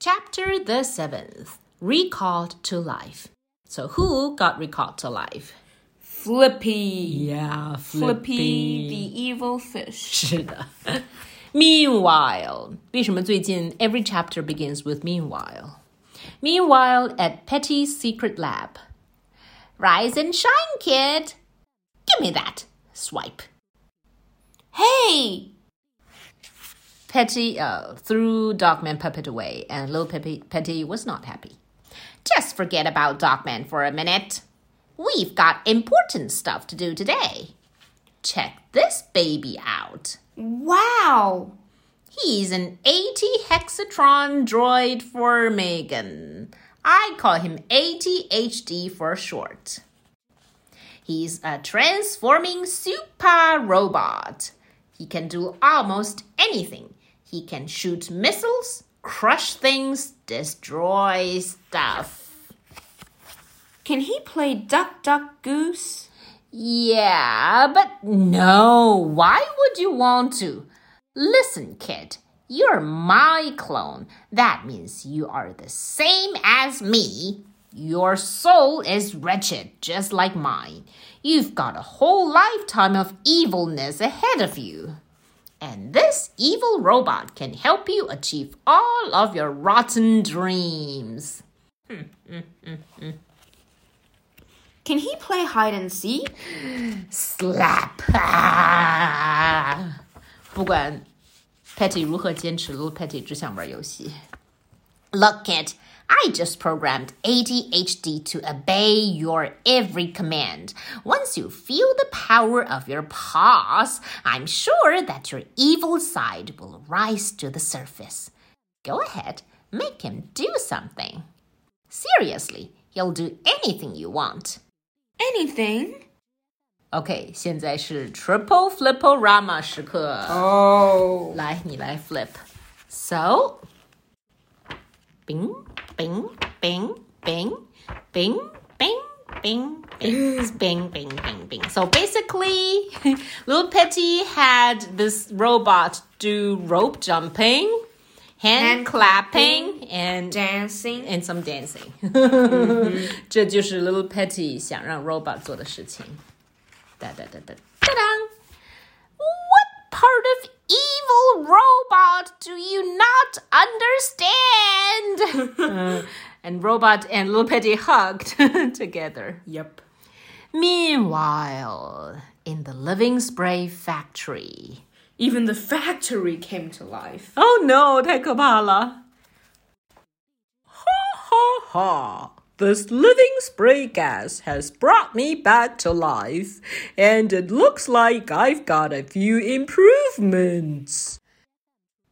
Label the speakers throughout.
Speaker 1: Chapter the seventh Recalled to Life. So, who got recalled to life?
Speaker 2: Flippy.
Speaker 1: Yeah,
Speaker 2: Flippy, the evil fish.
Speaker 1: 是的。Meanwhile, 为什么最近 every chapter begins with meanwhile? Meanwhile at Petty's secret lab. Rise and shine, kid. Give me that. Swipe.
Speaker 2: Hey!
Speaker 1: Petty uh, threw Dogman Puppet away, and little Peppy, Petty was not happy. Just forget about Dogman for a minute. We've got important stuff to do today. Check this baby out.
Speaker 2: Wow!
Speaker 1: He's an 80 hexatron droid for Megan. I call him ATHD for short. He's a transforming super robot. He can do almost anything. He can shoot missiles, crush things, destroy stuff.
Speaker 2: Can he play duck, duck, goose?
Speaker 1: Yeah, but no, why would you want to? Listen, kid, you're my clone. That means you are the same as me. Your soul is wretched, just like mine. You've got a whole lifetime of evilness ahead of you. And this evil robot can help you achieve all of your rotten dreams.
Speaker 2: Can he play hide and seek?
Speaker 1: slap 不管 Patty 如何坚持，Little Patty 只想玩游戏。Look, kid, I just programmed ADHD to obey your every command. Once you feel the power of your paws, I'm sure that your evil side will rise to the surface. Go ahead, make him do something. Seriously, he'll do anything you want.
Speaker 2: Anything?
Speaker 1: OK，现在是 triple fliporama 时刻。
Speaker 2: Oh.
Speaker 1: 来，你来 flip。So, bing, bing, bing, bing, bing, bing, bing, bing, bing, bing, bing, bing. So basically, little Petty had this robot do rope jumping, hand
Speaker 2: Hand clapping,
Speaker 1: clapping, and
Speaker 2: Dancing.
Speaker 1: and some dancing. 这就是 Little Petty 想让 Robot 做的事情。哒哒哒哒哒当！What part of evil robot do you not understand? and Robot and Little Petty hugged together.
Speaker 2: Yep.
Speaker 1: Meanwhile, in the living spray factory.
Speaker 2: Even the factory came to life.
Speaker 1: Oh no, 太可怕了。Ha ha ha. This living spray gas has brought me back to life, and it looks like I've got a few improvements.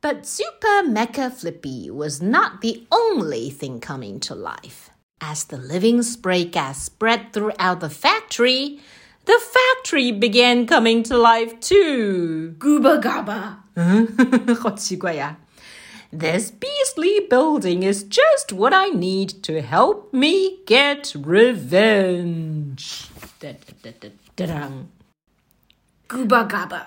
Speaker 1: But Super Mecha Flippy was not the only thing coming to life. As the living spray gas spread throughout the factory, the factory began coming to life too.
Speaker 2: Gooba Gaba.
Speaker 1: 好奇怪呀。This beastly building is just what I need to help me get revenge. Da-da-da-da-da-dang.
Speaker 2: Gooba Gaba.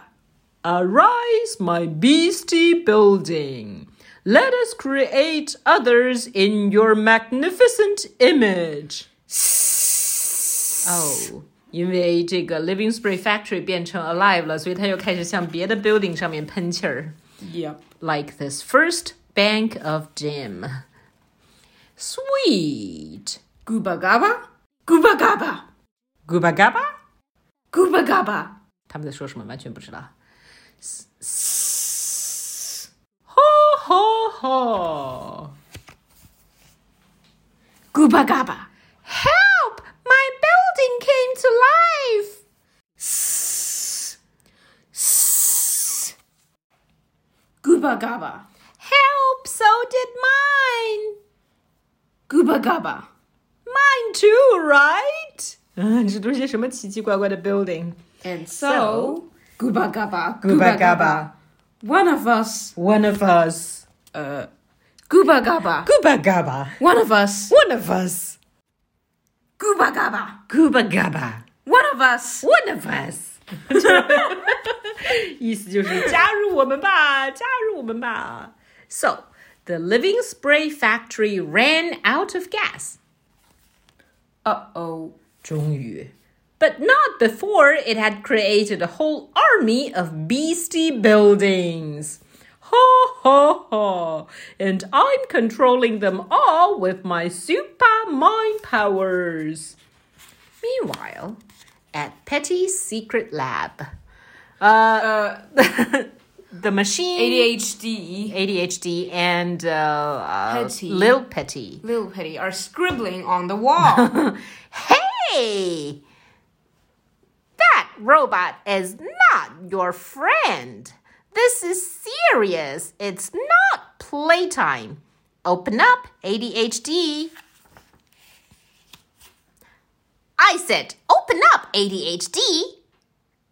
Speaker 1: Arise, my beastie building. Let us create others in your magnificent image.
Speaker 2: Oh.
Speaker 1: 哦，因为这个 Living Spray Factory 变成 Alive 了，所以它又开始向别的 building 上面喷气儿。
Speaker 2: Yep.
Speaker 1: like this first bank of gem. Sweet.
Speaker 2: Gooba Gaba. Gooba Gaba.
Speaker 1: Gooba gaba?
Speaker 2: Gooba Gaba.
Speaker 1: 他们在说什么？完全不知道。Ha ha ha!
Speaker 2: Gooba Gaba.
Speaker 1: Help! My building came to life!
Speaker 2: Gooba Gaba.
Speaker 1: Help! So did mine!
Speaker 2: Gooba Gaba.
Speaker 1: Mine too, right? 这都是些什么奇奇怪怪的 building？
Speaker 2: And
Speaker 1: so-
Speaker 2: Gooba Gaba.
Speaker 1: Gooba gaba.
Speaker 2: One of us.
Speaker 1: One of us.
Speaker 2: Uh. Gooba Gaba.
Speaker 1: Gooba gaba.
Speaker 2: One of us.
Speaker 1: One of us.
Speaker 2: Gooba Gaba.
Speaker 1: Gooba Gaba.
Speaker 2: One of us.
Speaker 1: One of us. 意思就是加入我们吧，加入我们吧。So the living spray factory ran out of gas.
Speaker 2: Uh oh.
Speaker 1: 终于. But not before it had created a whole army of beastie buildings. Ho ho ho! And I'm controlling them all with my super mind powers. Meanwhile, at Petty's secret lab,
Speaker 2: Uh,
Speaker 1: the machine,
Speaker 2: ADHD.
Speaker 1: ADHD, and uh, uh,
Speaker 2: Petty.
Speaker 1: Lil Petty.
Speaker 2: Little Petty are scribbling on the wall.
Speaker 1: Hey! That robot is not your friend. This is serious. It's not playtime. Open up, ADHD. I said, open up, ADHD.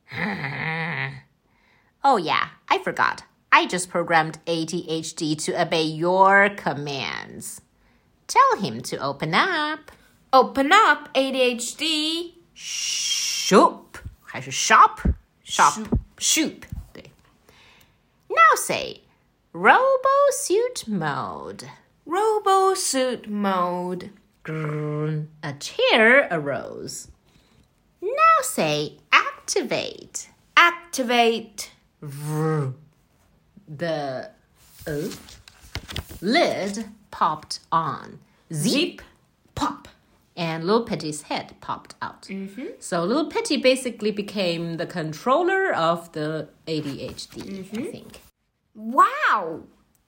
Speaker 1: oh, yeah, I forgot. I just programmed ADHD to obey your commands. Tell him to open up.
Speaker 2: Open up, ADHD.
Speaker 1: Shop 还是 shop shop shoop Now say robo suit mode.
Speaker 2: Robo suit mode.
Speaker 1: Grrn. A chair arose. Now say activate.
Speaker 2: Activate.
Speaker 1: The oh, lid popped on. Zip, pop. And Lil Petty's head popped out. So Lil Petty basically became the controller of the ADHD, I think.
Speaker 2: Wow.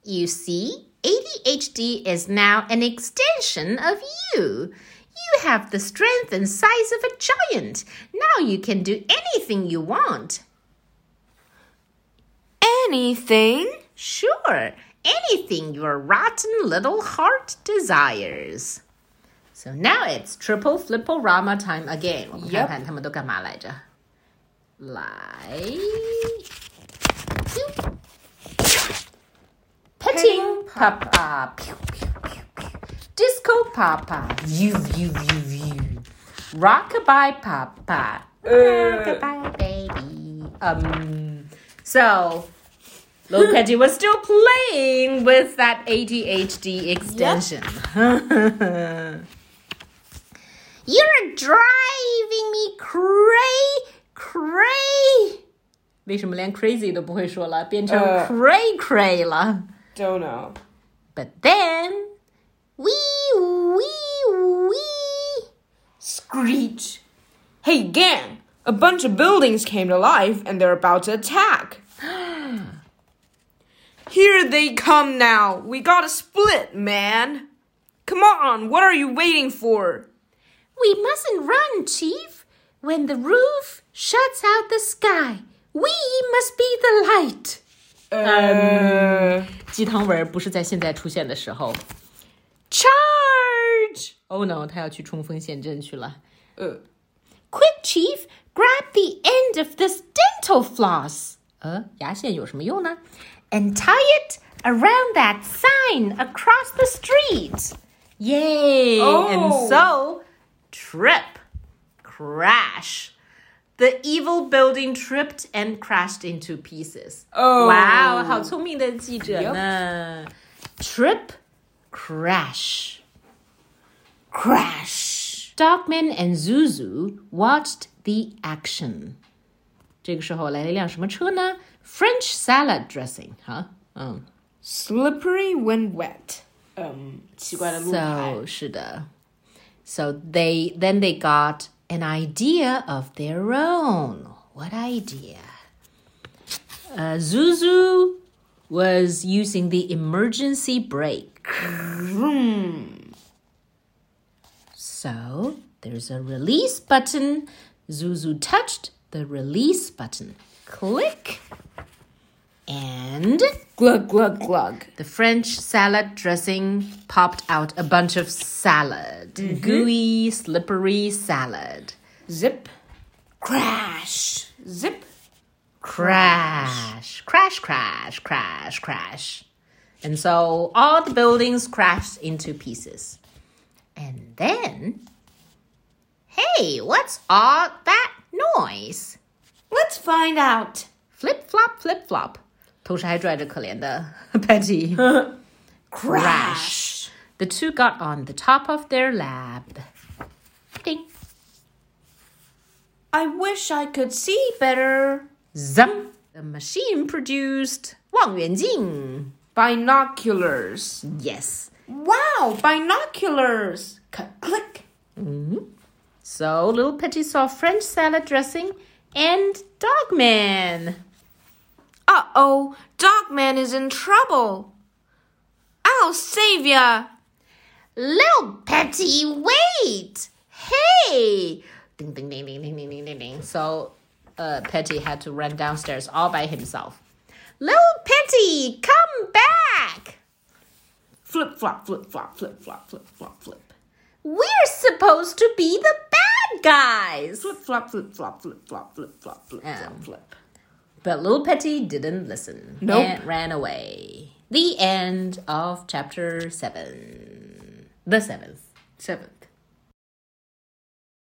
Speaker 1: You see, ADHD is now an extension of you. You have the strength and size of a giant. Now you can do anything you want.
Speaker 2: Anything?
Speaker 1: Sure, anything your rotten little heart desires. So now it's triple flipporama time again. 我们看看他们都干嘛来着。来，petting papa, pew, pew, pew, pew. disco papa, you, you, you, you, rockabye papa, rockabye baby. Um, so Lil Petty was still playing with that ADHD extension. You're driving me cray, cray. 为什么连 crazy 都不会说了，变成
Speaker 2: 呃。
Speaker 1: cray cray 了？
Speaker 2: Don't know.
Speaker 1: But then, wee wee wee.
Speaker 2: Screech. Hey, gang! A bunch of buildings came to life and they're about to attack. Here they come now. We gotta split, man. Come on, what are you waiting for?
Speaker 1: We mustn't run, Chief. When the roof shuts out the sky, we must be the light. 鸡汤文不是在现在出现的时候。
Speaker 2: Charge!
Speaker 1: Oh no，他要去冲锋陷阵去了。
Speaker 2: Uh,
Speaker 1: Quick, Chief, grab the end of this dental floss. 呃，牙线有什么用呢？And tie it around that sign across the street. Yay!
Speaker 2: Oh.
Speaker 1: And so, trip, crash. The evil building tripped and crashed into pieces.
Speaker 2: Oh.
Speaker 1: Wow, 好聪明的记者呢。Trip, crash.
Speaker 2: crash!
Speaker 1: Dogman and Zuzu watched the action. 这个时候来了一辆什么车呢？French salad dressing, huh?
Speaker 2: Slippery when wet. Um,
Speaker 1: So 是的. So they then they got an idea of their own. What idea? Uh, Zuzu was using the emergency brake. So there's a release button. Zuzu touched the release button. Click. And
Speaker 2: glug glug glug.
Speaker 1: the French salad dressing popped out a bunch of salad. Gooey, slippery salad.
Speaker 2: Zip. Crash! Zip.
Speaker 1: Crash, crash, crash, crash, crash. And so all the buildings crashed into pieces. And then, hey, what's all that noise?
Speaker 2: Let's find out.
Speaker 1: Flip flop, flip flop. 头上还拽着可怜的 Patty. Crash! The two got on the top of their lab. Ding!
Speaker 2: I wish I could see better.
Speaker 1: Zum! The machine produced 望远镜.
Speaker 2: Binoculars.
Speaker 1: Yes.
Speaker 2: Wow, binoculars. Click, click.
Speaker 1: So little Petty saw French salad dressing and Dogman.
Speaker 2: Uh oh, Dogman is in trouble. I'll save ya.
Speaker 1: Little Petty, wait! Hey! Ding, ding, ding, ding, ding, ding, ding, ding, ding. So uh, Petty had to run downstairs all by himself. Little Petty, come back!
Speaker 2: Flip, flop, flip, flop, flip, flop, flip, flop, flip.
Speaker 1: We're supposed to be the bad guys!
Speaker 2: Flip, flop, flip, flop, flip, flop, flip, flop, flip,
Speaker 1: Um.
Speaker 2: flop, flip.
Speaker 1: But little Petty didn't listen
Speaker 2: Nope.
Speaker 1: and ran away. The end of chapter 7. The seventh.
Speaker 2: Seventh.